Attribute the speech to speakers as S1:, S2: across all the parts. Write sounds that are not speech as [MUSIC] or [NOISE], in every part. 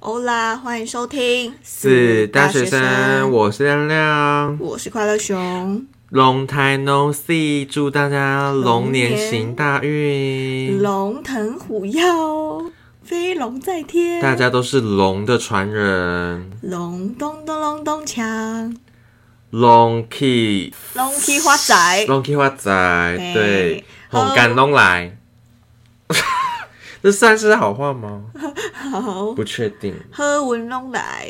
S1: 欧啦，欢迎收听《
S2: 是大学生，我是亮亮
S1: 我是快乐熊，
S2: ，Long time no see，祝大家龙年
S1: 龙年
S2: 行大运，
S1: 龙腾虎跃，哦飞龙在天，
S2: 大家都是龙的传人
S1: 龙咚咚隆咚锵，
S2: ，Long key
S1: 龙踢花仔，
S2: Long key 花仔，对
S1: 对，
S2: 红感龙来， [LAUGHS] 这算是好话吗？
S1: 好，
S2: 不确定，
S1: 喝文龙来，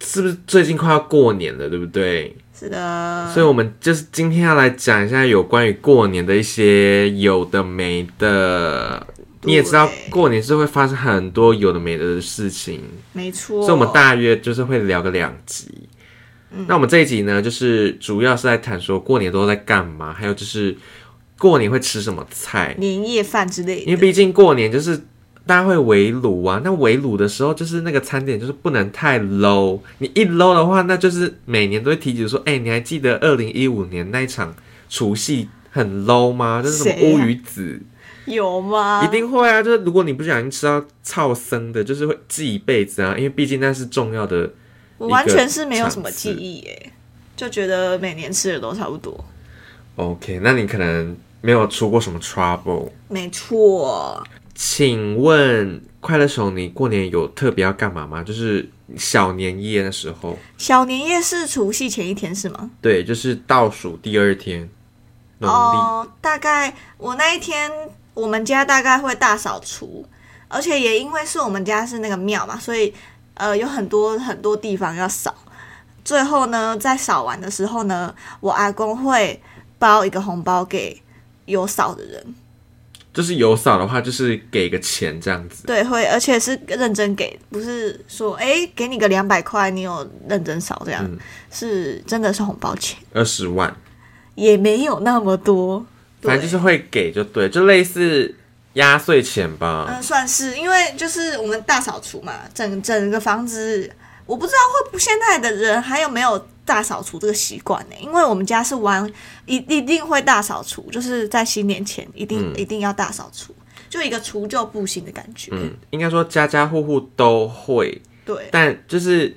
S2: 是不是最近快要过年了，对不对？
S1: 是的，
S2: 所以，我们就是今天要来讲一下有关于过年的一些有的没的。
S1: 对
S2: 你也知道，过年是会发生很多有的没的事情，
S1: 没错，
S2: 所以我们大约就是会聊个两集。那我们这一集呢，就是主要是在谈说过年都在干嘛，还有就是过年会吃什么菜，
S1: 年夜饭之类
S2: 因为
S1: 的，
S2: 毕竟过年就是大家会围炉啊，那围炉的时候就是那个餐点就是不能太 low，你一 low 的话，那就是每年都会提及说，哎、你还记得二零一五年那一场除夕很 low 吗？就是什么
S1: 谁
S2: 乌
S1: 啊
S2: 鱼子，
S1: 有吗？
S2: 一定会啊，就是如果你不小心吃到超生的，就是会记一辈子啊，因为毕竟那是重要的。
S1: 我完全是没有
S2: 一个
S1: 什么记
S2: 场次
S1: 忆耶，就觉得每年吃的都差不多。
S2: OK，那你可能没有出过什么 trouble。
S1: 没错，
S2: 请问快乐熊，你过年有特别要干嘛吗？就是小年夜的时候。
S1: 小年夜是除夕前一天是吗？
S2: 对，就是倒数第二天，农历、
S1: 哦，大概我那一天我们家大概会大扫除，而且也因为是我们家是那个庙嘛，所以呃有很多很多地方要扫。最后呢，在扫完的时候呢，我阿公会包一个红包给有扫的人，
S2: 就是有扫的话，就是给个钱这样子。
S1: 对，会而且是认真给，不是说哎、诶给你个两百块，你有认真扫这样，
S2: 嗯
S1: 是真的是红包钱，
S2: 二十万，
S1: 也没有那么多，
S2: 反正
S1: 对
S2: 就是会给就对，就类似压岁钱吧。
S1: 嗯，算是，因为就是我们大扫除嘛，整整个房子，我不知道会不现在的人还有没有大扫除这个习惯呢？因为我们家是玩一一定会大扫除，就是在新年前一定、
S2: 嗯
S1: 一定要大扫除，就一个除旧布新的感觉。
S2: 嗯，应该说家家户户都会，
S1: 对，
S2: 但就是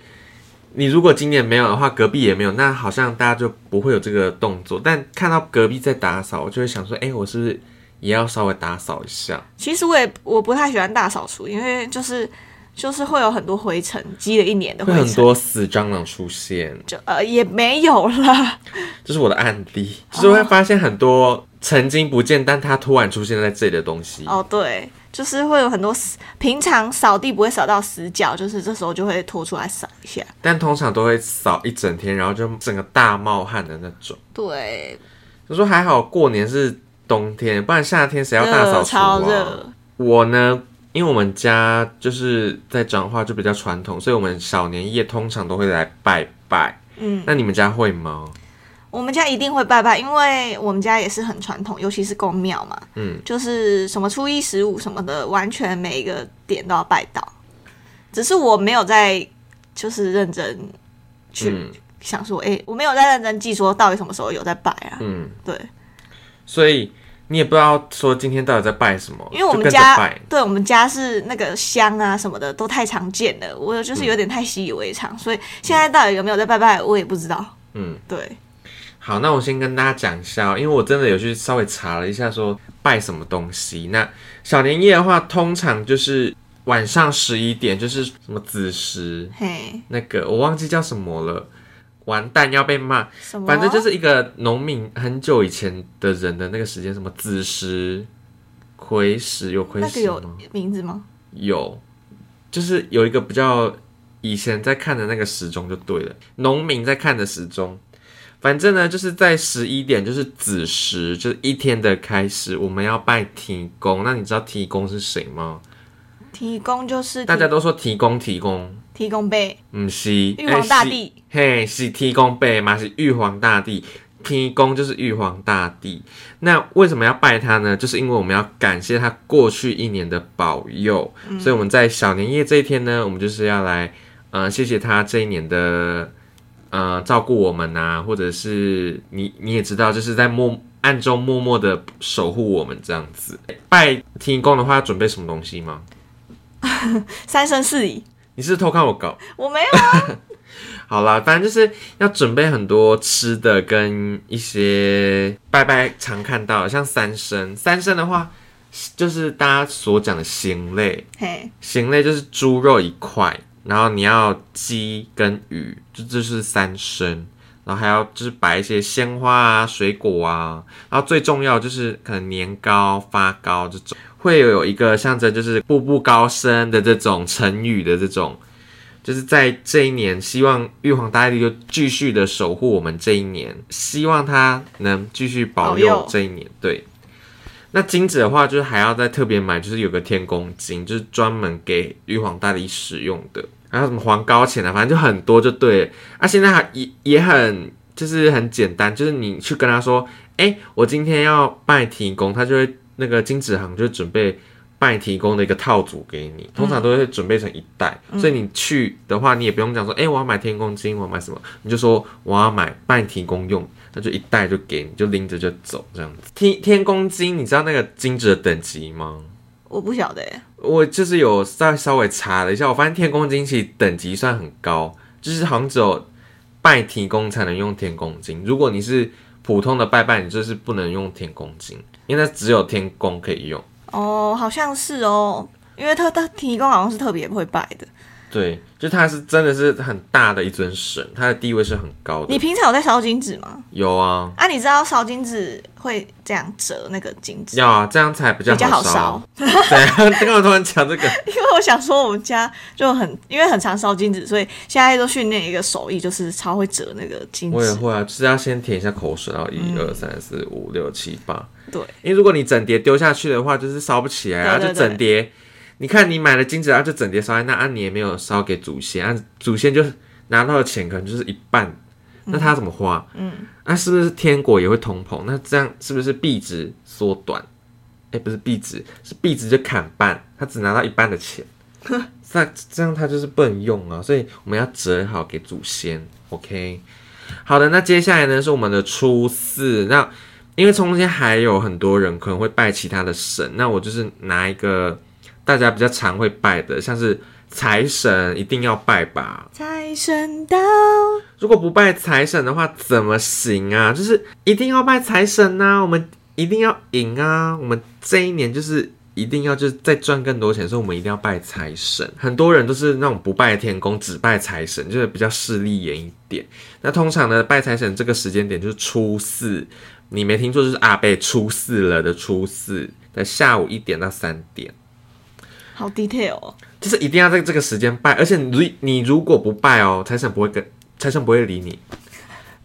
S2: 你如果今年没有的话，隔壁也没有，那好像大家就不会有这个动作。但看到隔壁在打扫，我就会想说，哎、我是不是也要稍微打扫一下？
S1: 其实我也我不太喜欢大扫除，因为就是就是会有很多灰尘，积了一年的
S2: 会
S1: 灰
S2: 很
S1: 尘，
S2: 多死蟑螂出现。
S1: 就呃也没有啦。
S2: 这是我的案例，
S1: 哦
S2: 就是会发现很多曾经不见，但它突然出现在这里的东西。
S1: 哦，对，就是会有很多死平常扫地不会扫到死角，就是这时候就会拖出来扫一下。
S2: 但通常都会扫一整天，然后就整个大冒汗的那种。
S1: 对，
S2: 就说还好过年是冬天，不然夏天谁要大扫
S1: 热
S2: 除
S1: 超
S2: 啊？
S1: 热，
S2: 我呢，因为我们家就是在彰化就比较传统，所以我们小年夜通常都会来拜拜。
S1: 嗯，
S2: 那你们家会吗？
S1: 我们家一定会拜拜，因为我们家也是很传统，尤其是公庙嘛，
S2: 嗯，
S1: 就是什么初一十五什么的，完全每一个点都要拜到。只是我没有在，就是认真去、
S2: 嗯
S1: 想说，哎、我没有在认真记说到底什么时候有在拜啊。
S2: 嗯，
S1: 对，
S2: 所以你也不知道说今天到底在拜什么，
S1: 因为我
S2: 就
S1: 们
S2: 跟着
S1: 家
S2: 拜
S1: 对我们家是那个香啊什么的都太常见了，我就是
S2: 嗯
S1: 有点太习以为常，所以现在到底有没有在拜拜，我也不知道。
S2: 嗯。
S1: 对，
S2: 好，那我先跟大家讲一下哦，因为我真的有去稍微查了一下，说拜什么东西。那小年夜的话，通常就是晚上十一点，就是什么子时，
S1: 嘿，
S2: 那个我忘记叫什么了，完蛋要被骂。
S1: 什么？
S2: 反正就是一个农民很久以前的人的那个时间，什么子时、癸时，有癸
S1: 那个
S2: 时
S1: 有
S2: 吗？
S1: 名字吗？
S2: 有，就是有一个比较以前在看的那个时钟就对了，农民在看的时钟。反正呢，就是在十一点，就是子时，就是一天的开始，我们要拜提公。那你知道提公是谁吗？
S1: 提供就是提
S2: 大家都说提公提公，
S1: 提供呗，
S2: 嗯是
S1: 玉皇大，
S2: 欸是
S1: 帝。
S2: 嘿是提公拜嘛，是玉皇大帝。提公就是玉皇大帝。那为什么要拜他呢？就是因为我们要感谢他过去一年的保佑，所以我们在小年夜这一天呢，我们就是要来呃，谢谢他这一年的呃照顾我们呐、或者是你你也知道，就是在默暗中默默的守护我们这样子。拜天公的话，要准备什么东西吗？
S1: 三生四仪，
S2: 你是不是偷看我搞？
S1: 我没有啊，
S2: 好啦，反正就是要准备很多吃的跟一些拜拜常看到的，像三牲。三牲的话，就是大家所讲的行类，
S1: 嘿，
S2: 行类就是猪肉一块，然后你要鸡跟鱼，这这就是三牲。然后还要就是摆一些鲜花啊、水果啊，然后最重要就是可能年糕、发糕这种，会有一个象征就是步步高升的这种成语的这种，就是在这一年，希望玉皇大帝就继续的守护我们这一年，希望他能继续保
S1: 保
S2: 佑
S1: 佑
S2: 这一年。对，那金子的话，就是还要再特别买，就是有个天宫金，就是专门给玉皇大帝使用的。还有什么黄高钱啊，反正就很多就对了。啊，现在还也也很就是很简单，就是你去跟他说，哎、我今天要拜提供，他就会那个金子行就准备拜提供的一个套组给你，通常都会准备成一袋，所以你去的话，你也不用讲说，哎、我要买天公金，我要买什么，你就说我要买拜提供用，那就一袋就给你，就拎着就走这样子。天天公金，你知道那个金子的等级吗？
S1: 我不晓得耶，
S2: 我就是有再稍微查了一下，我发现天宫金其实等级算很高，就是好像只有拜提公才能用天宫金。如果你是普通的拜拜，你就是不能用天宫金，因为那只有天宫可以用。
S1: 哦，好像是哦，因为他他提供好像是特别会拜的。
S2: 对，就它是真的是很大的一尊神，它的地位是很高
S1: 你
S2: 的。
S1: 平常有在烧金纸吗？
S2: 有啊，
S1: 啊，你知道烧金纸会这样折那个金纸，
S2: 要啊，这样才比较
S1: 比较
S2: 好
S1: 好
S2: 烧 [LAUGHS]
S1: 烧。。
S2: 对啊，刚刚突然讲这 [LAUGHS] 个，
S1: [LAUGHS] 因为我想说我们家就很，因为很常烧金纸，所以现在都训练一个手艺，就是超会折那个金
S2: 我也
S1: 纸。
S2: 会啊，就是要先填一下口水，然后一二三四五六七八。
S1: 对，
S2: 因为如果你整叠丢下去的话，就是烧不起来，
S1: 对
S2: 然后
S1: 对
S2: 就
S1: 对
S2: 整叠。你看你买了金子，然后就整叠烧在那，啊，你也没有烧给祖先，啊，祖先就拿到的钱可能就是一半，那他怎么花？嗯，那、是不是天国也会通膨？那这样是不是币值缩短？哎、不是币值，是币值就砍半，他只拿到一半
S1: [LAUGHS]
S2: 的钱。那这样他就是不能用啊，所以我们要折好给祖先，OK？好的，那接下来呢是我们的初四，那因为中间还有很多人可能会拜其他的神，那我就是拿一个大家比较常会拜的，像是财神一定要拜吧。
S1: 财神到，
S2: 如果不拜财神的话，怎么行啊？就是一定要拜财神呐、我们一定要赢啊！我们这一年就是一定要就是再赚更多钱，所以我们一定要拜财神。很多人都是那种不拜天公，只拜财神，就是比较势利眼一点。那通常呢，拜财神这个时间点就是初四，你没听错，就是阿贝初四了的初四的下午一点到三点。
S1: 好 detail 哦。
S2: 就是一定要在这个时间拜，而且你如你如果不拜哦，财神不会跟财神不会理你。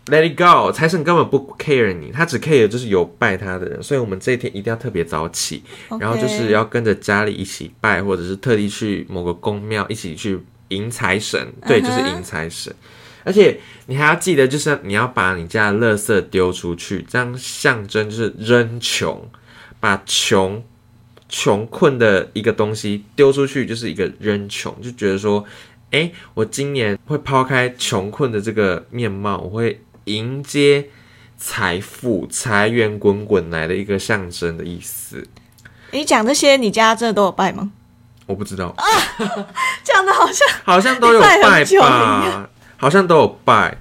S2: Let it go，财神根本不 care 你，他只 care 就是有拜他的人，所以我们这一天一定要特别早起
S1: OK
S2: 然后就是要跟着家里一起拜，或者是特地去某个宫庙一起去迎财神，对就是迎财神。而且你还要记得，就是你要把你家的垃圾丢出去，这样象征就是扔穷，把穷穷困的一个东西丢出去，就是一个扔穷，就觉得说，哎、我今年会抛开穷困的这个面貌，我会迎接财富、财源滚滚来的一个象征的意思。
S1: 你讲这些，你家真的都有拜吗？
S2: 我不知道，
S1: 讲的好像
S2: 好像都有
S1: 啊你拜
S2: 拜
S1: 很久了
S2: 吧，好像都有拜，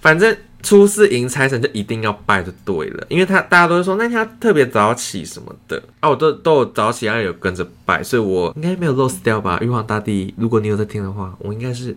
S2: 反正。初四迎财神就一定要拜就对了，因为他大家都会说那天要特别早起什么的啊，我都都有早起，然后有跟着拜，所以我应该没有 lost 掉吧？玉皇大帝，如果你有在听的话，我应该是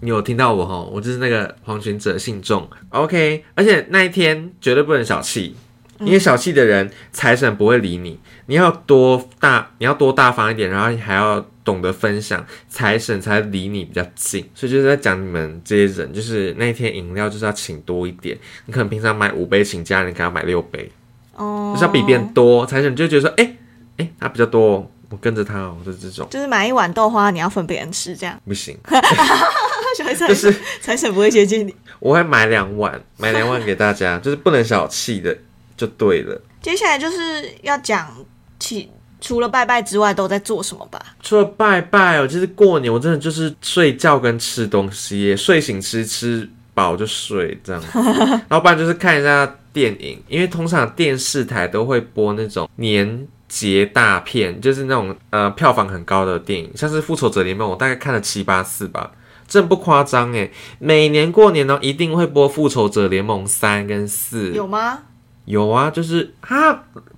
S2: 你有听到我哈，我就是那个黄泉者信众，OK。而且那一天绝对不能小气，因
S1: 嗯
S2: 为小气的人财神不会理你。你要多大，你要多大方一点，然后你还要懂得分享，财神才离你比较近。所以就是在讲你们这些人，就是那一天饮料就是要请多一点，你可能平常买五杯，请家人给他买六杯，
S1: [LAUGHS] 哦，
S2: 就是要比别人多，财神就觉得说，哎、哎、他比较多哦，我跟着他哦，就是这种
S1: 就是买一碗豆花，你要分别人吃，
S2: [LAUGHS]
S1: 这样
S2: 不行。
S1: 小孩子
S2: 就是
S1: 财神不会接近你。
S2: 我会买两碗，买两碗给大家，就是不能小气的，就对了。
S1: 接下来就是要讲起除了拜拜之外都在做什么吧？
S2: 除了拜拜哦，就是过年，我真的就是睡觉跟吃东西耶，睡醒吃吃饱就睡这样子，然后不然就是看一下电影，因为通常电视台都会播那种年节大片，就是那种呃票房很高的电影，像是《复仇者联盟》，我大概看了七八次吧。真不夸张诶，每年过年呢一定会播《复仇者联盟三》跟四，
S1: 有吗？
S2: 有啊，就是啊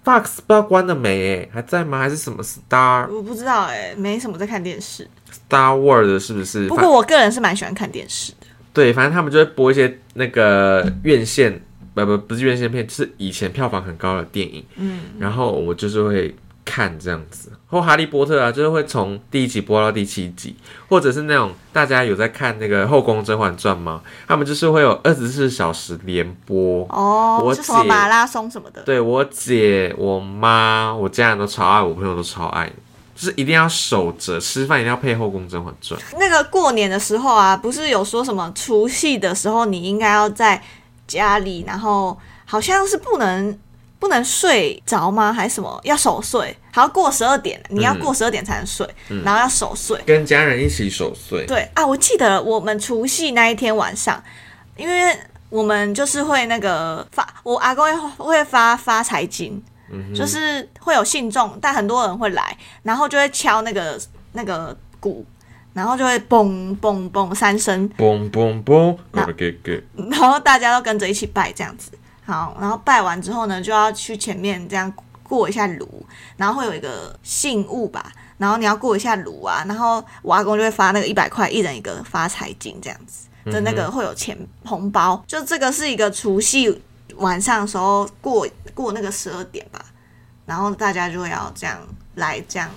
S2: ，Fox 不知道关了没诶，还在吗？还是什么 Star
S1: 我不知道哎、没什么在看电视。
S2: Star World 是不是？
S1: 不
S2: 反
S1: 过我个人是蛮喜欢看电视的。
S2: 对，反正他们就会播一些那个院线，不不不是院线片，就是以前票房很高的电影。嗯，然后我就是会看这样子，或《哈利波特》啊，就是会从第一集播到第七集，或者是那种大家有在看那个《后宫甄嬛传》吗？他们就是会有二十四小时连播。
S1: 哦，
S2: 我
S1: 是什么
S2: 姐
S1: 马拉松什么的。
S2: 对我姐、我妈、我家人都超爱，我朋友都超爱，就是一定要守着，吃饭一定要配《后宫甄嬛传》。
S1: 那个过年的时候啊，不是有说什么除夕的时候你应该要在家里，然后好像是不能不能睡着吗？还是什么要守岁，还要过十二点，你要嗯过十二点才能睡，然后要守岁。
S2: 跟家人一起守岁，
S1: 对啊，我记得我们除夕那一天晚上，因为我们就是会那个发，我阿公会会发发财金，就是会有信众，但很多人会来，然后就会敲那个那个鼓，然后就会嘣嘣嘣三声，
S2: 嘣嘣嘣，给给给。
S1: 然后大家都跟着一起拜这样子。好，然后拜完之后呢，就要去前面这样过一下炉，然后会有一个信物吧，然后你要过一下炉啊，然后我阿公就会发那个一百块，一人一个发财金这样子
S2: 嗯
S1: 的那个会有钱红包，就这个是一个除夕晚上的时候过过那个十二点吧，然后大家就要这样来这样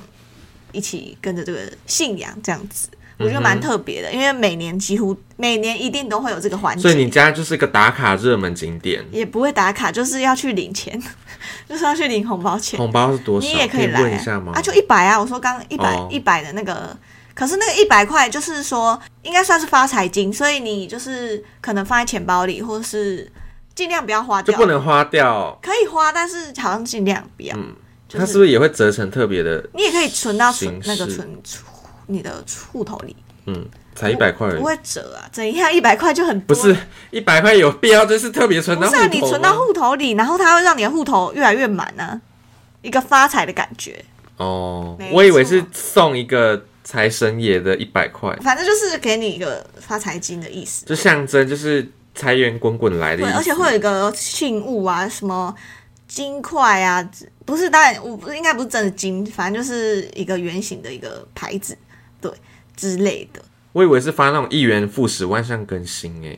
S1: 一起跟着这个信仰这样子。我觉得
S2: 嗯
S1: 蛮特别的，因为每年几乎每年一定都会有这个环节。
S2: 所以你家就是一个打卡热门景点，
S1: 也不会打卡，就是要去领钱， [LAUGHS] 就是要去领红包钱。
S2: 红包是多少？
S1: 你也可以来、
S2: 问一下吗？
S1: 啊，就一百啊！我说刚一百
S2: 哦
S1: 一百的那个，可是那个一百块就是说应该算是发财金，所以你就是可能放在钱包里，或是尽量不要花
S2: 就
S1: 掉。
S2: 不能嗯花掉。
S1: 可以花，但是好像尽量不要。就是
S2: 它是不是也会折成特别的？
S1: 你也可以存到存
S2: 形式
S1: 那个存储你的户头里，
S2: 嗯，才一百块而已
S1: 不，会折啊！怎样一百块就很
S2: 不
S1: 多。
S2: 是一百块有必要就是特别存
S1: 不
S2: 到
S1: 是
S2: 户
S1: 啊，
S2: 头
S1: 你存到
S2: 吗
S1: 户头里，然后它会让你的户头越来越满呢、一个发财的感觉。
S2: 哦
S1: 没，
S2: 我以为
S1: 错
S2: 是送一个财神爷的一百块，
S1: 反正就是给你一个发财金的意思。
S2: 就象征就是财源滚滚来的意
S1: 对，
S2: 思。
S1: 而且会有一个信物啊，什么金块啊，不是，当然我不应该不是真的金，反正就是一个圆形的一个牌子，对之类的。
S2: 我以为是发那种一元复始万象更新，哎，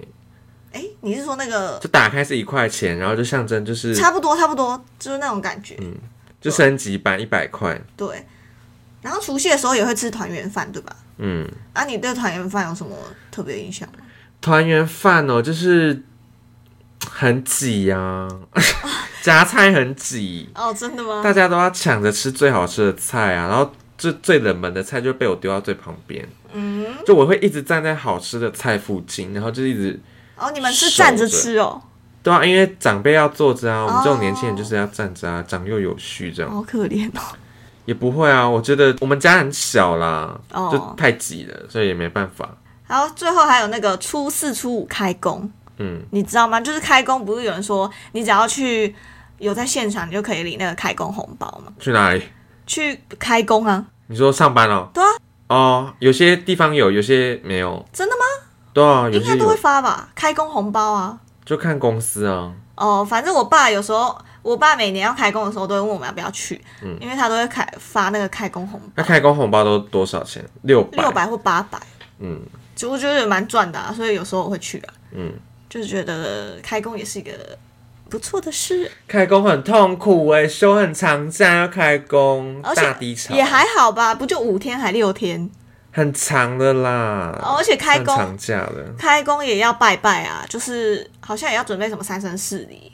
S1: 哎，你是说那个
S2: 就打开是一块钱，然后就象征就是嗯
S1: 差不多差不多，就是那种感觉，
S2: 就升级版一百块，
S1: 对。然后除夕的时候也会吃团圆饭，对吧？
S2: 嗯。
S1: 啊，你对团圆饭有什么特别印象吗？
S2: 团圆饭哦，就是很挤呀、 [LAUGHS] 夹菜很挤，
S1: 哦，真的吗？
S2: 大家都要抢着吃最好吃的菜啊，然后最最冷门的菜就被我丢到最旁边。嗯，就我会一直站在好吃的菜附近，然后就一直
S1: 哦，你们是站着
S2: 守着
S1: 吃哦，
S2: 对啊，因为长辈要坐着啊，我们这种年轻人就是要站着啊，长幼有序这样。
S1: 好可怜哦。
S2: 也不会啊，我觉得我们家很小啦，
S1: 哦
S2: 就太挤了，所以也没办法。
S1: 然后最后还有那个初四、初五开工，
S2: 嗯，
S1: 你知道吗？就是开工，不是有人说你只要去有在现场，你就可以领那个开工红包吗？
S2: 去哪里？
S1: 去开工啊？
S2: 你说上班哦？
S1: 对啊。
S2: 哦，有些地方有，有些没有。
S1: 真的吗？
S2: 对啊，有
S1: 应
S2: 些
S1: 该都会
S2: 有
S1: 发吧？开工红包啊？
S2: 就看公司啊。
S1: 哦，反正我爸有时候，我爸每年要开工的时候，都会问我们要不要去，
S2: 嗯
S1: 因为他都会开发那个开工红
S2: 那开工红包都多少钱？六百。
S1: 六百或八百，
S2: 嗯，
S1: 其实我觉得蛮赚的啊，所以有时候我会去啊，
S2: 嗯，
S1: 就是觉得开工也是一个不错的事，
S2: 开工很痛苦哎、休很长假要开工，
S1: 而
S2: 大低潮
S1: 且也还好吧，不就五天还六天，
S2: 很长的啦。
S1: 哦而且开工
S2: 算长假的
S1: 开工也要拜拜啊，就是好像也要准备什么三生四礼，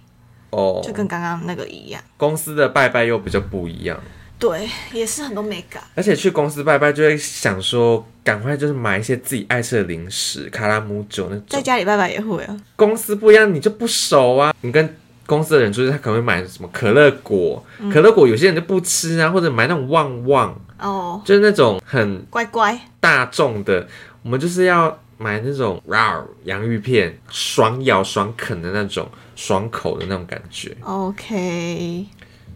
S2: 哦
S1: 就，跟刚刚那个一样。
S2: 公司的拜拜又比较不一样，
S1: 对，也是很多美感。
S2: 而且去公司拜拜就会想说，赶快就是买一些自己爱吃的零食，卡拉姆酒那
S1: 在
S2: 种。
S1: 家里拜拜也会啊。
S2: 公司不一样，你就不熟啊，你跟公司的人就是他可能会买什么可乐果，可乐果有些人就不吃啊，或者买那种旺旺，
S1: 哦，
S2: 就是那种很
S1: 乖乖，
S2: 大众的，我们就是要买那种 raw 洋芋片，爽咬爽啃的那种，爽口的那种感觉。
S1: OK，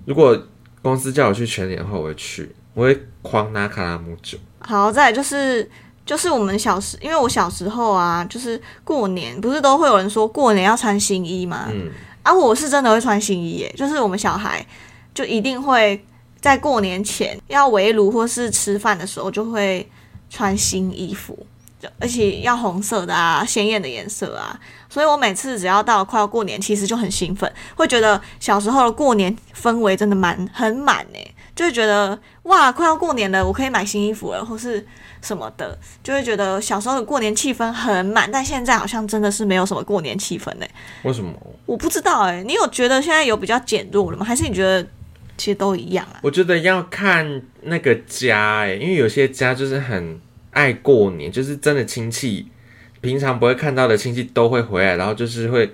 S2: 如果公司叫我去全联的话，我会去，我会狂拿卡拉姆酒。
S1: 好，再来就是就是我们小时，因为我小时候啊，就是过年不是都会有人说过年要穿新衣嘛，
S2: 嗯，
S1: 啊，我是真的会穿新衣耶，就是我们小孩就一定会在过年前要围炉或是吃饭的时候就会穿新衣服，就而且要红色的啊，鲜艳的颜色啊。所以我每次只要到快要过年，其实就很兴奋，会觉得小时候的过年氛围真的蛮很满诶，就会觉得哇，快要过年了，我可以买新衣服了，或是什么的，就会觉得小时候的过年气氛很满，但现在好像真的是没有什么过年气氛诶。
S2: 为什么？
S1: 我不知道哎、你有觉得现在有比较减弱了吗？还是你觉得其实都一样啊？
S2: 我觉得要看那个家、欸，因为有些家就是很爱过年，就是真的亲戚，平常不会看到的亲戚都会回来，然后就是会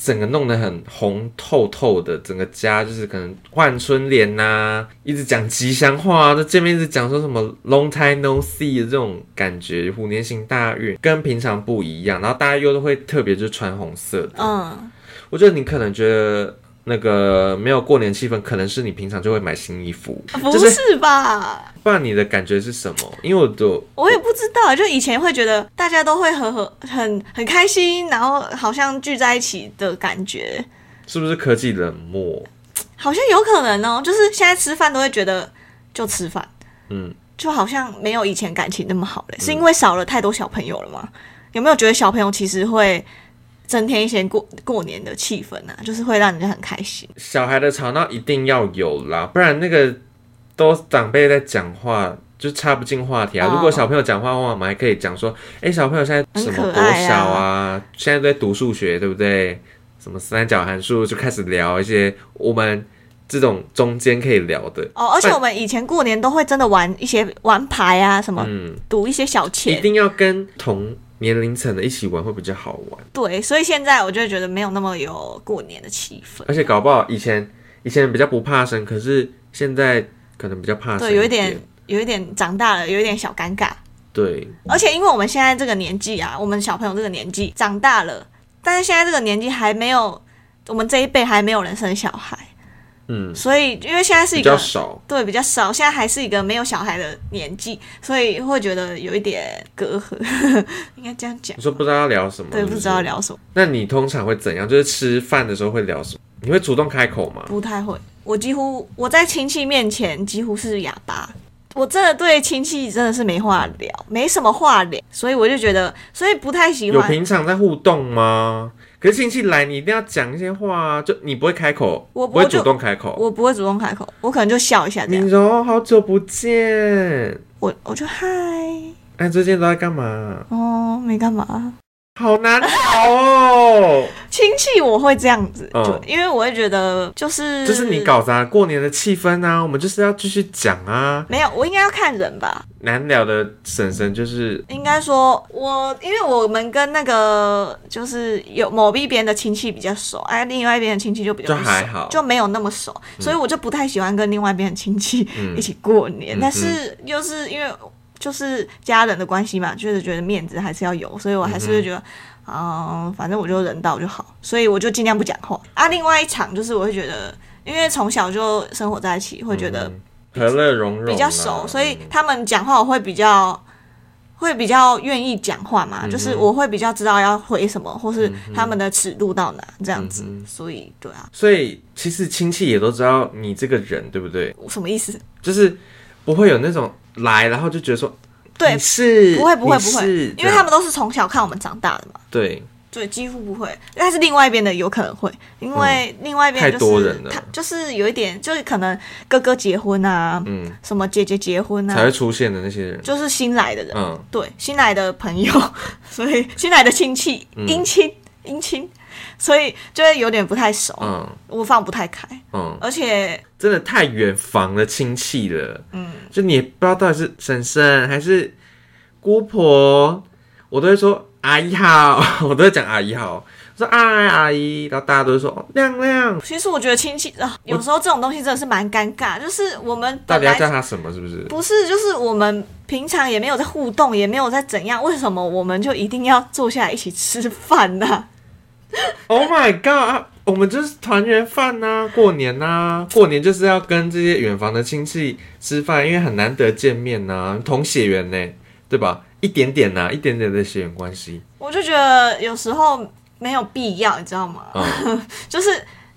S2: 整个弄得很红透透的，整个家就是可能换春联呐、一直讲吉祥话、啊，就见面一直讲说什么 long time no see 的这种感觉，虎年行大运跟平常不一样，然后大家又都会特别就穿红色的，
S1: 嗯，
S2: 我觉得你可能觉得。那个没有过年气氛，可能是你平常就会买新衣服，
S1: 啊不
S2: 就是
S1: 是吧？
S2: 不然你的感觉是什么？因为我都
S1: 我也不知道，就以前会觉得大家都会和和很很开心，然后好像聚在一起的感觉，
S2: 是不是科技冷漠？
S1: 好像有可能哦。就是现在吃饭都会觉得就吃饭，
S2: 嗯，
S1: 就好像没有以前感情那么好了，是因为少了太多小朋友了吗？有没有觉得小朋友其实会增添一些过过年的气氛啊？就是会让人家很开心。
S2: 小孩的吵闹一定要有啦，不然那个都长辈在讲话，就插不进话题啊。
S1: 哦
S2: 如果小朋友讲话的话，我们还可以讲说，哎、小朋友现在什么
S1: 很
S2: 国
S1: 可爱啊
S2: 小啊，现在都在读数学，对不对？什么三角函数，就开始聊一些我们这种中间可以聊的，
S1: 哦，而且我们以前过年都会真的玩一些玩牌啊，什么
S2: 嗯，
S1: 赌一些小
S2: 一
S1: 钱，
S2: 定要跟同年龄层的一起玩会比较好玩。
S1: 对，所以现在我就会觉得没有那么有过年的气氛，
S2: 而且搞不好以前以前比较不怕生，可是现在可能比较怕生
S1: 对，有一
S2: 点
S1: 点。有一点长大了，有一点小尴尬，
S2: 对，
S1: 而且因为我们现在这个年纪啊，我们小朋友这个年纪长大了，但是现在这个年纪还没有，我们这一辈还没有人生小孩，
S2: 嗯，
S1: 所以因为现在是
S2: 比
S1: 一
S2: 较
S1: 个
S2: 少。
S1: 对比较少，现在还是一个没有小孩的年纪，所以会觉得有一点隔阂， [LAUGHS] 应该这样讲
S2: 你，说不知道要聊什么？啊
S1: 对，
S2: 是
S1: 不知道。聊什么。
S2: 那你通常会怎样？就是吃饭的时候会聊什么？你会主动开口吗？
S1: 不太会，我几乎我在亲戚面前几乎是哑巴。我真的对亲戚真的是没话聊，没什么话聊，所以我就觉得，所以不太喜
S2: 有
S1: 欢。
S2: 平常在互动吗？可是亲戚来，你一定要讲一些话啊！就你不会开口，
S1: 我
S2: 不会
S1: 我就
S2: 主动开口。
S1: 我不会主动开口，我可能就笑一下这
S2: 敏
S1: 样。
S2: 柔，好久不见！
S1: 我我就嗨，
S2: 哎，最近都在干嘛？
S1: 哦，没干嘛。
S2: 好难搞哦！
S1: 亲戚我会这样子，
S2: 嗯
S1: 就因为我会觉得就是
S2: 就是你搞砸过年的气氛啊！我们就是要继续讲啊！
S1: 没有，我应该要看人吧。
S2: 难聊的婶婶就是
S1: 应该说我，因为我们跟那个就是有某一边的亲戚比较熟，哎，另外一边的亲戚就比较不熟
S2: 就还好嗯
S1: 就没有那么熟，所以我就不太喜欢跟另外一边的亲戚一起过年。
S2: 嗯
S1: 但是又是因为就是家人的关系嘛，就是觉得面子还是要有，所以我还是会觉得。嗯，反正我就人到就好，所以我就尽量不讲话啊。另外一场就是我会觉得，因为从小就生活在一起，会觉得
S2: 和乐融融啊、
S1: 比较熟，所以他们讲话我会比较会比较愿意讲话
S2: 嗯
S1: 嘛，就是我会比较知道要回什么，或是他们的尺度到哪这样子。
S2: 嗯
S1: 所以对啊，
S2: 所以其实亲戚也都知道你这个人，对不对？
S1: 我什么意思？
S2: 就是不会有那种来，然后就觉得说
S1: 对
S2: 你，是
S1: 不会不会
S2: 你
S1: 不
S2: 是
S1: 会，因为
S2: 这样
S1: 他们都是从小看我们长大的嘛，
S2: 对
S1: 对，几乎不会。但是另外一边的有可能会，因为另外一边
S2: 嗯太
S1: 就是
S2: 多人了
S1: 他就是有一点，就是可能哥哥结婚啊，
S2: 嗯
S1: 什么姐姐结婚
S2: 才
S1: 啊
S2: 会，出现的那些人，
S1: 就是新来的人，
S2: 嗯，
S1: 对，新来的朋友， [LAUGHS] 所以新来的亲戚、姻亲、姻亲，所以就会有点不太熟，
S2: 嗯
S1: 我放不太开，
S2: 嗯，
S1: 而且
S2: 真的太远房的亲戚了，嗯，就你也不知道到底是婶婶还是姑婆，我都会说阿姨好， [LAUGHS] 我都在讲阿姨好，我说啊阿姨，然后大家都会说哦亮亮，
S1: 其实我觉得亲戚啊，有时候这种东西真的是蛮尴尬，就是我们
S2: 到
S1: 本
S2: 底要
S1: 来
S2: 叫他什么？是不是？
S1: 不是，就是我们平常也没有在互动，也没有在怎样，为什么我们就一定要坐下来一起吃饭呢、
S2: Oh my god！啊我们就是团圆饭呐、过年呐、过年就是要跟这些远房的亲戚吃饭，因为很难得见面呐、同血缘呢，对吧？一点点呐、一点点的血缘关系。
S1: 我就觉得有时候没有必要，你知道吗？
S2: 嗯
S1: [LAUGHS] 就是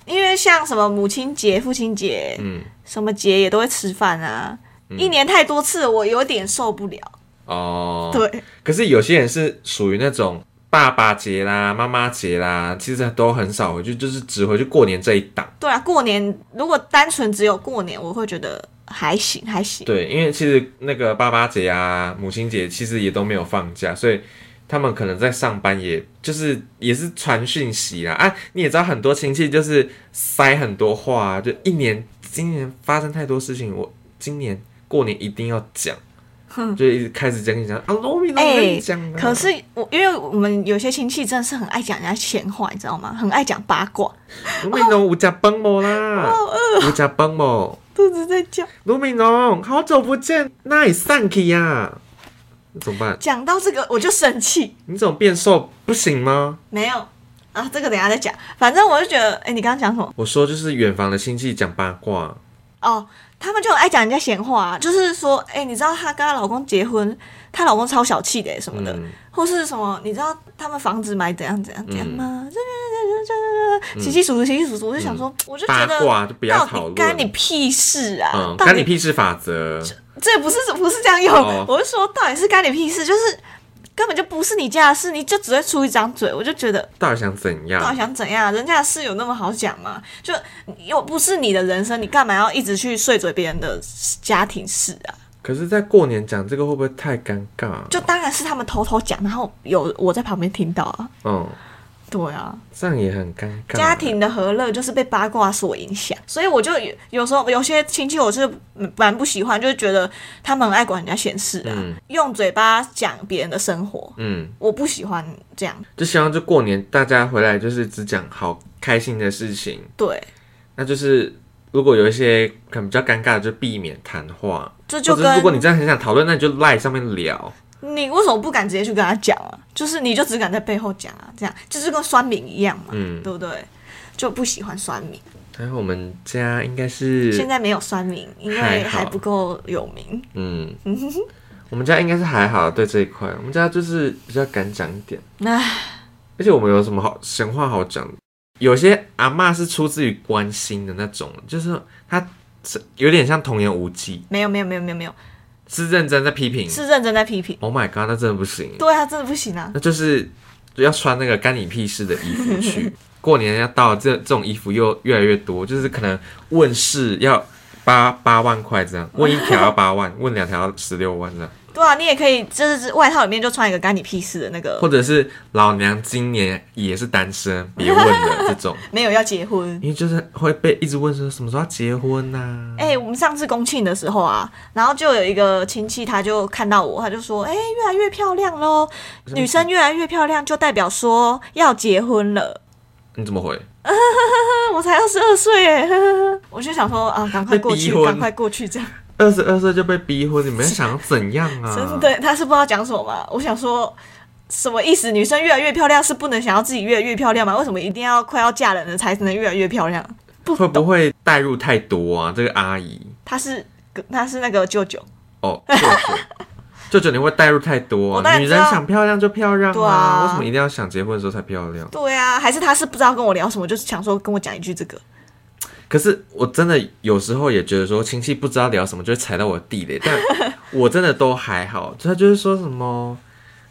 S1: 因为像什么母亲节、父亲节，
S2: 嗯，
S1: 什么节也都会吃饭啊，一年太多次，我有点受不了。
S2: 哦，。
S1: 对，
S2: 可是有些人是属于那种爸爸节啦、妈妈节啦，其实都很少回去，就是只回去过年这一档。
S1: 对啊，过年如果单纯只有过年，我会觉得还行，还行。
S2: 对，因为其实那个爸爸节啊、母亲节其实也都没有放假，所以他们可能在上班也，就是也是传讯息啦。啊，你也知道很多亲戚就是塞很多话、啊，就一年今年发生太多事情，我今年过年一定要讲，就一直开始讲讲啊，罗密都
S1: 哎
S2: 跟你讲啊、
S1: [LAUGHS] 可是我，因为我们有些亲戚真的是很爱讲人家闲话，你知道吗？很爱讲八卦，
S2: 卢敏龙有食饭无啦？有食饭无？
S1: 肚子在叫。
S2: 卢敏龙，好久不见，那你散去呀？那怎么办？
S1: 讲到这个我就生气，
S2: 你怎么变瘦？不行吗？
S1: 没有啊，这个等一下再讲。反正我就觉得，哎、你刚刚讲什么？
S2: 我说就是远房的亲戚讲八卦，
S1: 哦，他们就很爱讲人家闲话、啊，就是说，哎、你知道她跟她老公结婚，她老公超小气的、什么的，
S2: 嗯
S1: 或是什么，你知道他们房子买怎样怎样怎样吗？这这这这这这，稀稀疏疏，稀稀疏疏，我就想说，我就觉
S2: 八
S1: 得
S2: 卦就不要
S1: 到
S2: 讨
S1: 底
S2: 论
S1: 干你屁事啊？
S2: 嗯，
S1: 到
S2: 干你
S1: 底
S2: 屁事法则，
S1: 这不是不是这样用，
S2: 哦
S1: 我是说到底是干你屁事，就是根本就不是你家的事，你就只会出一张嘴，我就觉得
S2: 到底想怎
S1: 到底
S2: 样？
S1: 想怎样？啊人家的事有那么好讲吗？就又不是你的人生，你干嘛要一直去碎嘴别人的家庭事啊？
S2: 可是，在过年讲这个会不会太尴尬？
S1: 就当然是他们偷偷讲，然后有我在旁边听到啊。
S2: 嗯，
S1: 对啊，
S2: 这样也很尴尬。
S1: 家庭的和乐就是被八卦所影响，所以我就有有时候有些亲戚我是蛮不喜欢，就是觉得他们很爱管人家闲事啊，
S2: 嗯
S1: 用嘴巴讲别人的生活，
S2: 嗯，
S1: 我不喜欢这样。
S2: 就希望就过年大家回来就是只讲好开心的事情，
S1: 对，
S2: 那就是如果有一些可能比较尴尬的，就避免谈话。
S1: 这就
S2: 或者是如果
S1: 跟
S2: 你真的很想讨论，那你就赖上面聊。
S1: 你为什么不敢直接去跟他讲啊？就是你就只敢在背后讲啊，这样就是跟酸民一样嘛，
S2: 嗯，
S1: 对不对？就不喜欢酸民，
S2: 然后我们家应该
S1: 现
S2: 是，
S1: 在没有酸民，因为
S2: 还好
S1: 还不够有名。 [LAUGHS]
S2: 嗯，我们家应该是还好，对这一块，我们家就是比较敢讲一点。
S1: 唉，
S2: 而且我们有什么好神话好讲的？有些阿嬷是出自于关心的那种，就是她是有点像童言无忌，
S1: 没有没有没有没有没有，
S2: 是认真在批评。
S1: 是认真在批评。
S2: Oh my god，那真的不行，
S1: 对啊，真的不行啊。
S2: 那就是要穿那个干你屁事的衣服去。过年要到了，这这种衣服又越来越多，就是可能问世要八八万块这样，问一条要八万，问两条要十六万这样。
S1: 对啊，你也可以，就是外套里面就穿一个干你屁事的那个
S2: 或，者是老娘今年也是单身，别问了这种， [LAUGHS]
S1: 没有要结婚。
S2: 因为就是会被一直问说什么时候要结婚呐、啊
S1: 哎、我们上次公庆的时候啊，然后就有一个亲戚，他就看到我，他就说：“哎、越来越漂亮喽，女生越来越漂亮，就代表说要结婚了。
S2: 你怎么回？
S1: 嗯”我才二十二岁哎，呵呵呵我就想说
S2: [LAUGHS]
S1: 啊，赶快过去
S2: 被逼，婚
S1: 赶快过去，这样
S2: 二十二岁就被逼婚，你们想要怎样啊？
S1: 真的，他是不知道讲什么嘛。我想说。什么意思？女生越来越漂亮是不能想要自己越来越漂亮吗？为什么一定要快要嫁人了才能越来越漂亮？不
S2: 会不会代入太多啊？这个阿姨
S1: 他是他是那个舅舅，
S2: 哦，舅舅，舅舅你会代入太多
S1: 我当
S2: 啊？
S1: 然
S2: 女
S1: 知
S2: 人
S1: 道
S2: 想漂亮就漂亮
S1: 对啊
S2: 为什么一定要想结婚的时候才漂亮？
S1: 对啊，还是他是不知道跟我聊什么，就是想说跟我讲一句这个。
S2: 可是我真的有时候也觉得说亲戚不知道聊什么，就会踩到我的地雷，但
S1: [LAUGHS]
S2: 我真的都还好。他就是说什么，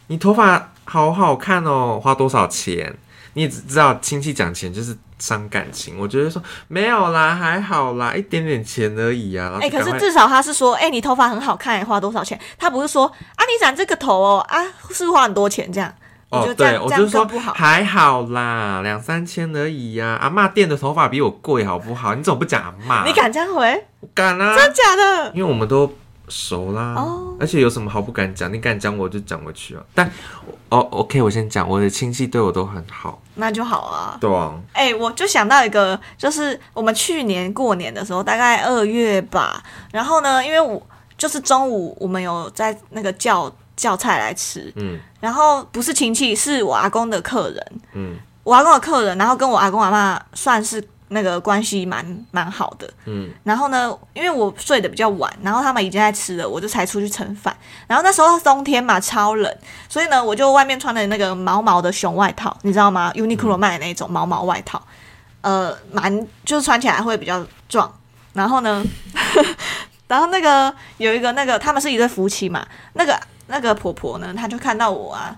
S2: 你头发好好看哦，花多少钱？你也只知道亲戚讲钱就是伤感情，我觉得说没有啦，还好啦，一点点钱而已啊。
S1: 哎、
S2: 然后就
S1: 可
S2: 赶
S1: 是
S2: 快
S1: 至少他是说，哎、你头发很好看，花多少钱？他不是说啊，你染这个头哦，啊，是花很多钱这样。我觉
S2: 哦，
S1: 得这样、
S2: 对，我
S1: 这
S2: 就
S1: 样
S2: 说
S1: 更不好。
S2: 还好啦，两三千而已呀、阿嬷店的头发比我贵，好不好？你怎么不讲阿嬷？
S1: 你敢这样回？
S2: 我敢啊？
S1: 真假的？
S2: 因为我们都熟啦。
S1: 哦
S2: 而且有什么好不敢讲？你敢讲我就讲回去啊。但哦，OK，我先讲，我的亲戚对我都很好。
S1: 那就好啊。
S2: 对啊，
S1: 哎、我就想到一个，就是我们去年过年的时候，大概二月吧。然后呢，因为我就是中午我们有在那个叫叫菜来吃，
S2: 嗯
S1: 然后不是亲戚，是我阿公的客人，
S2: 嗯
S1: 我阿公的客人，然后跟我阿公阿妈算是那个关系蛮蛮好的。
S2: 嗯，
S1: 然后呢，因为我睡得比较晚，然后他们已经在吃了，我就才出去盛饭。然后那时候冬天嘛，超冷，所以呢，我就外面穿的那个毛毛的熊外套，你知道吗？Uniqlo 卖的那种毛毛外套，呃，蛮就是穿起来会比较壮。然后呢， [LAUGHS] 然后那个有一个那个他们是一对夫妻嘛，那个那个婆婆呢，她就看到我啊，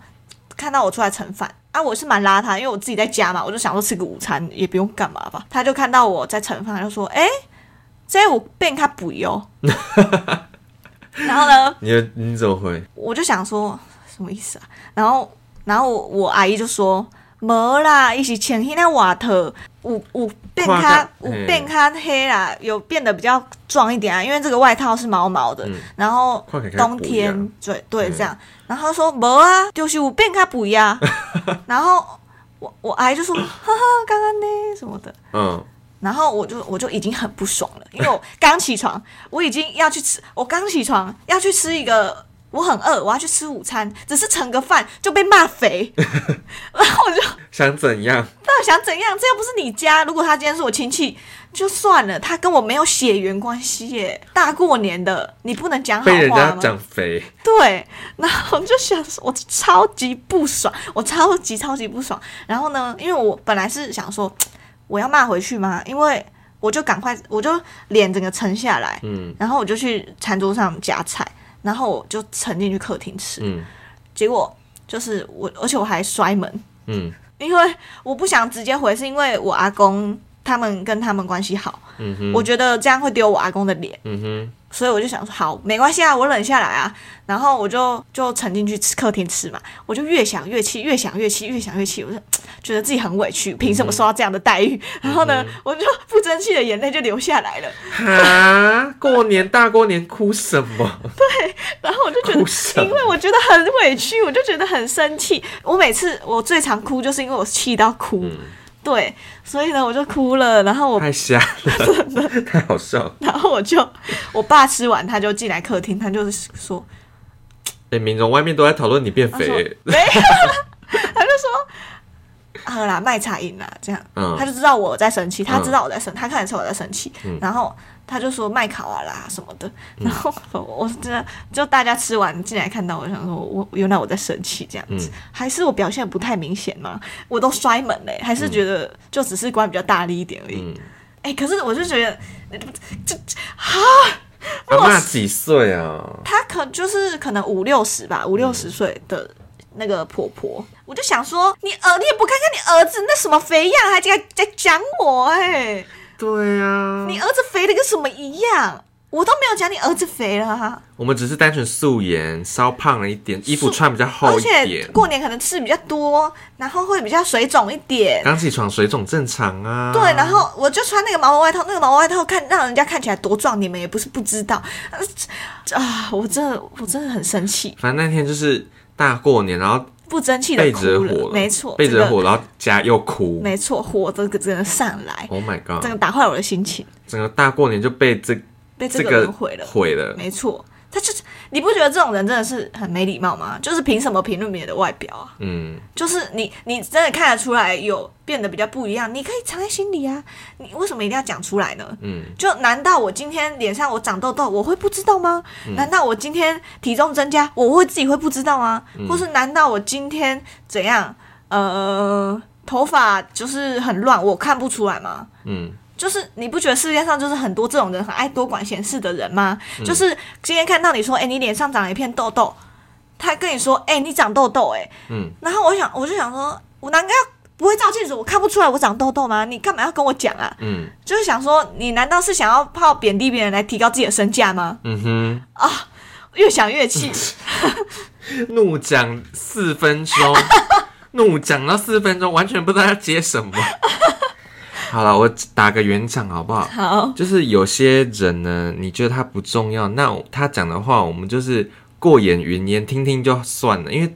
S1: 看到我出来盛饭啊，我是蛮邋遢，因为我自己在家嘛，我就想说吃个午餐也不用干嘛吧。她就看到我在盛饭，她就说：“哎、这我变较不油。 [LAUGHS] 然后呢，
S2: 你的你怎么回？
S1: 我就想说什么意思啊？然后，然后我我阿姨就说没啦，一起前天那瓦特有有变咖
S2: 看看
S1: 有
S2: 嗯
S1: 变咖黑啦，有变得比较壮一点啊，因为这个外套是毛毛的，
S2: 嗯
S1: 然后
S2: 看起来
S1: 冬
S2: 不一
S1: 天
S2: 样
S1: 对对
S2: 嗯
S1: 这样，然后她说没啊，就是有变咖不一样，然后我我阿姨就说哈哈，刚刚呢什么的。
S2: 嗯，
S1: 然后我就我就已经很不爽了，因为我刚起床，我已经要去吃，我刚起床要去吃一个，我很饿，我要去吃午餐，只是盛个饭就被骂肥， [LAUGHS] 然后我就
S2: 想怎样？
S1: 到底想怎样？这又不是你家，如果他今天是我亲戚就算了，他跟我没有血缘关系耶，大过年的你不能讲好
S2: 被人
S1: 话
S2: 家
S1: 吗？
S2: 讲肥，
S1: 对，然后我就想说，我超级不爽，我超级超级不爽。然后呢，因为我本来是想说，我要骂回去嘛，因为我就赶快，我就脸整个沉下来，
S2: 嗯
S1: 然后我就去餐桌上夹菜，然后我就沉进去客厅吃。
S2: 嗯
S1: 结果就是我，而且我还摔门，
S2: 嗯
S1: 因为我不想直接回，是因为我阿公他们跟他们关系好，
S2: 嗯哼，
S1: 我觉得这样会丢我阿公的脸。
S2: 嗯哼，
S1: 所以我就想说，好，没关系啊，我冷下来啊，然后我就就沉进去吃客厅吃嘛，我就越想越气，越想越气，越想越气，我就觉得自己很委屈，凭什么受到这样的待遇？然后呢，我就不争气的眼泪就流下来了，
S2: 哈，过年大过年哭什么？
S1: 然后我就觉
S2: 哭
S1: 得。
S2: 什
S1: 因
S2: 么？
S1: 为我觉得很委屈，我就觉得很生气。我每次我最常哭，就是因为我气到哭，对，所以呢我就哭了。然后我
S2: 太瞎了，太好笑了。
S1: 然后我就我爸吃完他就进来客厅，他就是说
S2: 哎、民众外面都在讨论你变
S1: 啊
S2: 肥、欸
S1: 没有，他就说。喝啦，卖茶饮啦，这样，
S2: 嗯
S1: 他就知道我在生气，他
S2: 嗯
S1: 知道我在生，他看得出我在生气，然后他就说卖烤啊啦什么的，
S2: 嗯
S1: 然后我我真的就大家吃完进来看到，我想说我我原来我在生气这样子，
S2: 嗯
S1: 还是我表现不太明显吗？我都摔门嘞、还是觉得就只是关比较大力一点而已，
S2: 嗯
S1: 哎、可是我就觉得
S2: 阿妈几岁啊？
S1: 她可就是可能五六十
S2: 嗯
S1: 吧，五六十岁的那个婆婆，我就想说，你儿你也不看看你儿子那什么肥样，还在在讲我哎、
S2: 对啊，
S1: 你儿子肥的跟什么一样？我都没有讲你儿子肥了、啊，
S2: 我们只是单纯素颜，稍胖了一点，衣服穿比较厚
S1: 而
S2: 一
S1: 且
S2: 点，
S1: 过年可能吃比较多，然后会比较水肿一点。
S2: 刚起床水肿正常啊。
S1: 对，然后我就穿那个毛毛外套，那个毛毛外套看让人家看起来多壮，你们也不是不知道。呃啊，我真的我真的很生气，
S2: 反正那天就是大过年，然后
S1: 不争气的
S2: 被
S1: 哭
S2: 惹火
S1: 没错，
S2: 被
S1: 这个
S2: 惹火，然后家又哭。
S1: 没错，火这个真的上来，
S2: Oh my
S1: 整
S2: god！
S1: 个打坏我的心情，
S2: 整个大过年就被这
S1: 被这
S2: 这
S1: 个
S2: 个
S1: 人毁了。
S2: 毁了。
S1: 没错，他就是你不觉得这种人真的是很没礼貌吗？就是凭什么评论别人的外表啊？
S2: 嗯，
S1: 就是你你真的看得出来有变得比较不一样，你可以藏在心里啊，你为什么一定要讲出来呢？
S2: 嗯，
S1: 就难道我今天脸上我长痘痘，我会不知道吗？难道我今天体重增加，我会自己会不知道吗？或是难道我今天怎样？呃，头发就是很乱，我看不出来吗？
S2: 嗯，
S1: 就是你不觉得世界上就是很多这种人很爱多管闲事的人吗？就是今天看到你说，哎、你脸上长了一片痘痘，他跟你说，哎、你长痘痘、哎，
S2: 嗯，
S1: 然后我想，我就想说，我难道不会照镜子，我看不出来我长痘痘吗？你干嘛要跟我讲啊？
S2: 嗯
S1: 就是想说，你难道是想要靠贬低别人来提高自己的身价吗？
S2: 嗯哼，
S1: 越想越气，
S2: 怒讲四
S1: [LAUGHS]
S2: 分钟，怒讲到四分钟，完全不知道要接什么。 [LAUGHS] 好了，我打个圆场好不好？
S1: 好，
S2: 就是有些人呢，你觉得他不重要，那他讲的话我们就是过眼云烟，听听就算了，因为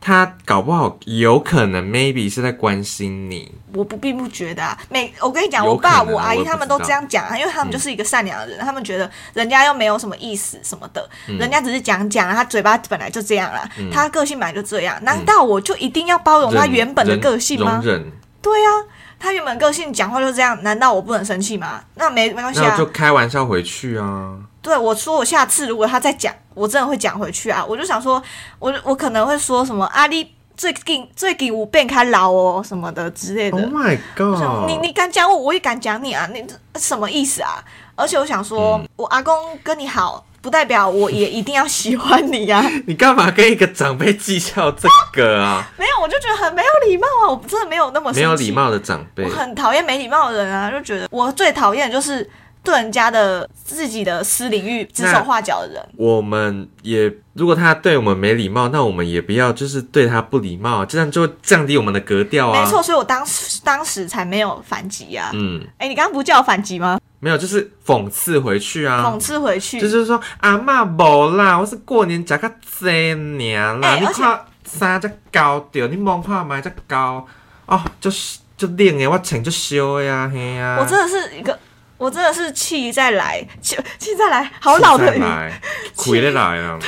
S2: 他搞不好有可能 maybe 是在关心你，
S1: 我不并不觉得啊。每我跟你讲，
S2: 有
S1: 我爸、
S2: 可能啊
S1: 我阿
S2: 我
S1: 姨
S2: 也不
S1: 他们都
S2: 知道嗯
S1: 这样讲啊，因为他们就是一个善良的人，他们觉得人家又没有什么意思什么的，人家只是讲讲啊，他嘴巴本来就这样啦，
S2: 嗯
S1: 他个性本来就这样，难道我就一定要包容他
S2: 忍
S1: 原本的
S2: 忍
S1: 个性吗
S2: 容？忍，
S1: 对啊，他原本个性讲话就这样，难道我不能生气吗？那没没关系
S2: 那
S1: 啊
S2: 就。开玩笑回去啊。
S1: 对，我说我下次如果他再讲，我真的会讲回去啊。我就想说，我我可能会说什么啊，你最近最近我变开老哦什么的之类的。
S2: Oh my
S1: 我想
S2: god！
S1: 你你敢讲我，我也敢讲你啊，你这什么意思啊？而且我想说，
S2: 嗯
S1: 我阿公跟你好，不代表我也一定要喜欢你
S2: [LAUGHS]
S1: 呀、啊。
S2: 你干嘛跟一个长辈计较这个啊？
S1: 没有，我就觉得很没有礼貌啊，我真的没有那么
S2: 没有
S1: 生气
S2: 礼貌的长辈
S1: 我，很讨厌没礼貌的人啊，就觉得我最讨厌的就是对人家的自己的私领域指手画脚的人。
S2: 我们也如果他对我们没礼貌，那我们也不要就是对他不礼貌，啊这样就会降低我们的格调啊。
S1: 没错，所以我当时当时才没有反击啊。
S2: 嗯，
S1: 哎、你刚刚不叫我反击吗？
S2: 没有，就是讽刺回去啊
S1: 讽。刺回去。
S2: 就是说，阿妈无啦，我是过年食较济尔啦，
S1: 哎
S2: 你
S1: 而且
S2: 看衫才高着，你望看买才高，哦，就是就冷诶，我穿就烧的啊，嘿啊，
S1: 我真的是一个，我真的是气再来，气气再来，好老的
S2: 气
S1: 语
S2: 再，来，
S1: [LAUGHS]
S2: 回得来啊，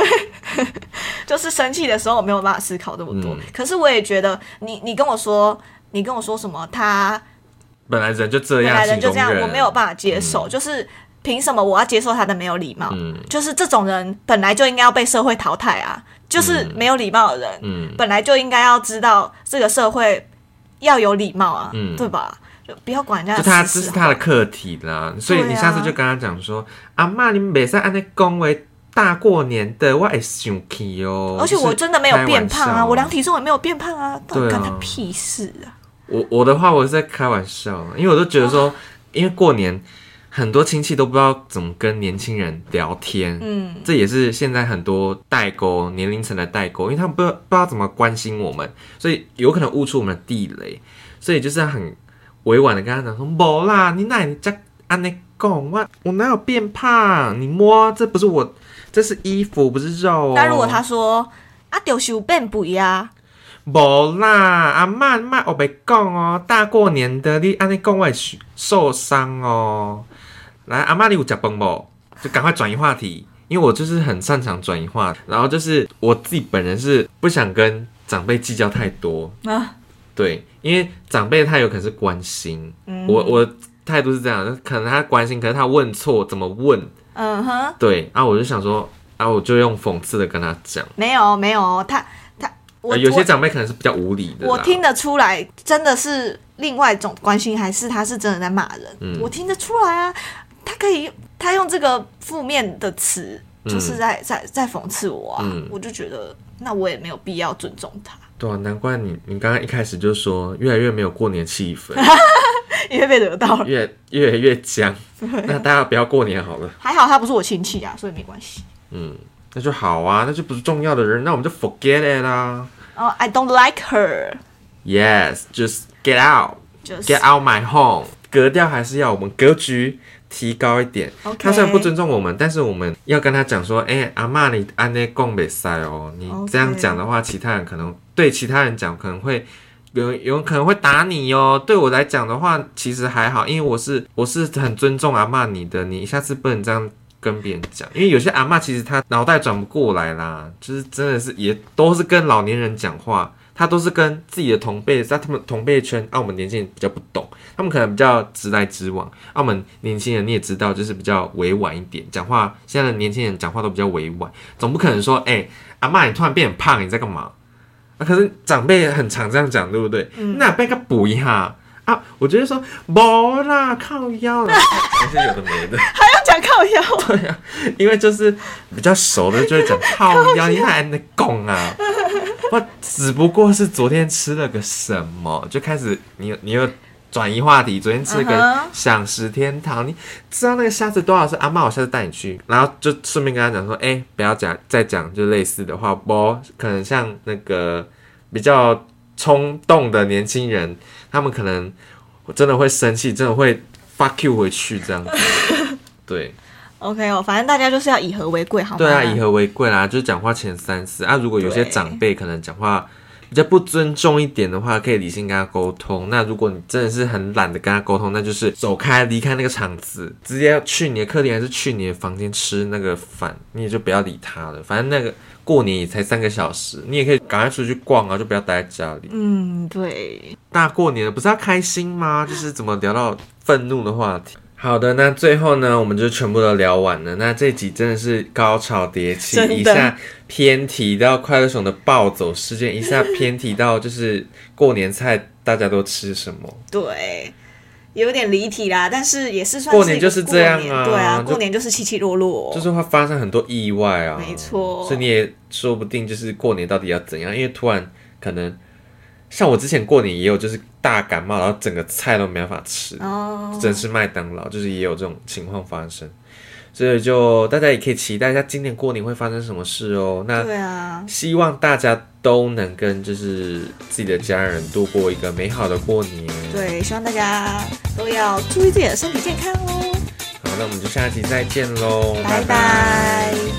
S1: 就是生气的时候我没有办法思考这么多。
S2: 嗯
S1: 可是我也觉得，你你跟我说，你跟我说什么，他
S2: 本来人就这
S1: 本
S2: 样，
S1: 来人
S2: 请
S1: 就这样
S2: 容，忍
S1: 我没有办法接受，就是凭什么我要接受他的没有礼貌？
S2: 嗯
S1: 就是这种人本来就应该要被社会淘汰啊，就是没有礼貌的人、
S2: 嗯，
S1: 本来就应该要知道这个社会要有礼貌啊，
S2: 嗯
S1: 对吧？就不要管人家
S2: 就
S1: 的
S2: 他这
S1: 私事啊
S2: 是
S1: 好
S2: 他的
S1: 不好
S2: 课题啦，所以
S1: 对
S2: 你
S1: 啊
S2: 下次就跟他讲说，阿妈，你每次按那恭维大过年的，我会生气哦。
S1: 而且
S2: 就是
S1: 我真的没有变胖
S2: 开玩
S1: 啊，
S2: 笑
S1: 我量体重也没有变胖啊，到底
S2: 对啊
S1: 干他屁事啊？
S2: 我我的话，我是在开玩笑，因为我都觉得
S1: 哦
S2: 说，因为过年很多亲戚都不知道怎么跟年轻人聊天，
S1: 嗯，
S2: 这也是现在很多代沟年龄层的代沟，因为他们不知道不知道怎么关心我们，所以有可能悟出我们的地雷，所以就是很委婉的跟他讲说，没啦，你哪里这安内讲我我哪有变胖？你摸这不是我，这是衣服不是肉哦。
S1: 但如果他说啊，就是有变肥啊，
S2: 无啦，阿嬷你莫学白讲哦，大过年的你安尼讲我会受受伤哦。来，阿嬷你有食饭无？就赶快转移话题，因为我就是很擅长转移话题。然后就是我自己本人是不想跟长辈计较太多，
S1: 啊，
S2: 对，因为长辈他有可能是关心，
S1: 嗯
S2: 我我态度是这样，可能他关心，可是他问错怎么问，
S1: 嗯哼，
S2: 对，啊，我就想说，啊，我就用讽刺的跟他讲。
S1: 没有没有，他他我
S2: 呃有些
S1: 我
S2: 长辈可能是比较无理的啦，
S1: 我听得出来，真的是另外一种关心，还是他是真的在骂人？
S2: 嗯
S1: 我听得出来啊，他可以他用这个负面的词，就是在、在在讽刺我啊，
S2: 嗯
S1: 我就觉得那我也没有必要尊重他， [LAUGHS]
S2: 对啊，难怪你你刚刚一开始就说越来越没有过年气氛，
S1: 因为被惹到了。
S2: 越越来越僵。那大家不要过年好了，
S1: 还好他不是我亲戚啊，所以没关系。
S2: 那就好啊，那就不是重要的人，那我们就 forget it 啦。
S1: 然后哦 I don't like her，
S2: Yes, just get out,
S1: 就是
S2: get out my home。格调还是要我们格局提高一点。
S1: OK
S2: 他虽然不尊重我们，但是我们要跟他讲说，哎、阿嬷你安内贡北塞哦，你
S1: OK
S2: 这样讲的话，其他人可能对其他人讲可能会。有有可能会打你哦，对我来讲的话，其实还好，因为我是我是很尊重阿嬷你的，你下次不能这样跟别人讲，因为有些阿嬷其实她脑袋转不过来啦，就是真的是也都是跟老年人讲话，她都是跟自己的同辈，在他们同辈圈，啊，我们年轻人比较不懂，他们可能比较直来直往，啊，我们年轻人你也知道，就是比较委婉一点讲话，现在的年轻人讲话都比较委婉，总不可能说，哎、阿嬷你突然变很胖，你在干嘛？啊，可是长辈很常这样讲，对不对？那被个补一下啊，我觉得说没啦，靠腰啦， [LAUGHS] 还是有的没的。
S1: 还要讲靠腰， [LAUGHS]
S2: 因为就是比较熟的就会讲靠腰，你哪能拱啊？我只不过是昨天吃了个什么，就开始你又你又转移话题，昨天吃
S1: 嗯
S2: 个
S1: 哼
S2: 享食天堂，你知道那个虾子多少是阿妈，我下次带你去，然后就顺便跟他讲说，哎、不要讲再讲就类似的话，不哦可能像那个比较冲动的年轻人，他们可能我真的会生气，真的会 fuck you 回去这
S1: [LAUGHS]
S2: 样子。对
S1: OK 哦，反正大家就是要以和为贵，好吗？
S2: 对啊，以和为贵啦，就是讲话前三思啊。如果有些
S1: 对
S2: 长辈可能讲话比较不尊重一点的话，可以理性跟他沟通。那如果你真的是很懒得跟他沟通，那就是走开，离开那个场子，直接去你的客厅还是去你的房间吃那个饭，你也就不要理他了。反正那个过年也才三个小时，你也可以赶快出去逛啊，就不要待在家里。
S1: 嗯，对，
S2: 大过年的不是要开心吗？就是怎么聊到愤怒的话题。好的，那最后呢，我们就全部都聊完了。那这集真的是高潮迭起
S1: 真，的
S2: 一下偏题到快乐熊的暴走事件，一下偏题到就是过年菜大家都吃什么。
S1: 对，有点离题啦，但是也是算
S2: 过
S1: 是
S2: 年
S1: 一个
S2: 就是这样
S1: 过
S2: 啊
S1: 年对啊，
S2: 就
S1: 过年就是起起落落，
S2: 就是会发生很多意外
S1: 哦
S2: 啊，
S1: 没错
S2: 所以你也说不定就是过年到底要怎样，因为突然可能像我之前过年也有就是大感冒，然后整个菜都没办法吃，
S1: 哦，
S2: 真是麦当劳，就是也有这种情况发生，所以就大家也可以期待一下今年过年会发生什么事哦。那
S1: 对啊，
S2: 希望大家都能跟就是自己的家人度过一个美好的过年。
S1: 对，希望大家都要注意自己的身体健康哦，
S2: 好，那我们就下期再见喽，
S1: 拜
S2: 拜
S1: 拜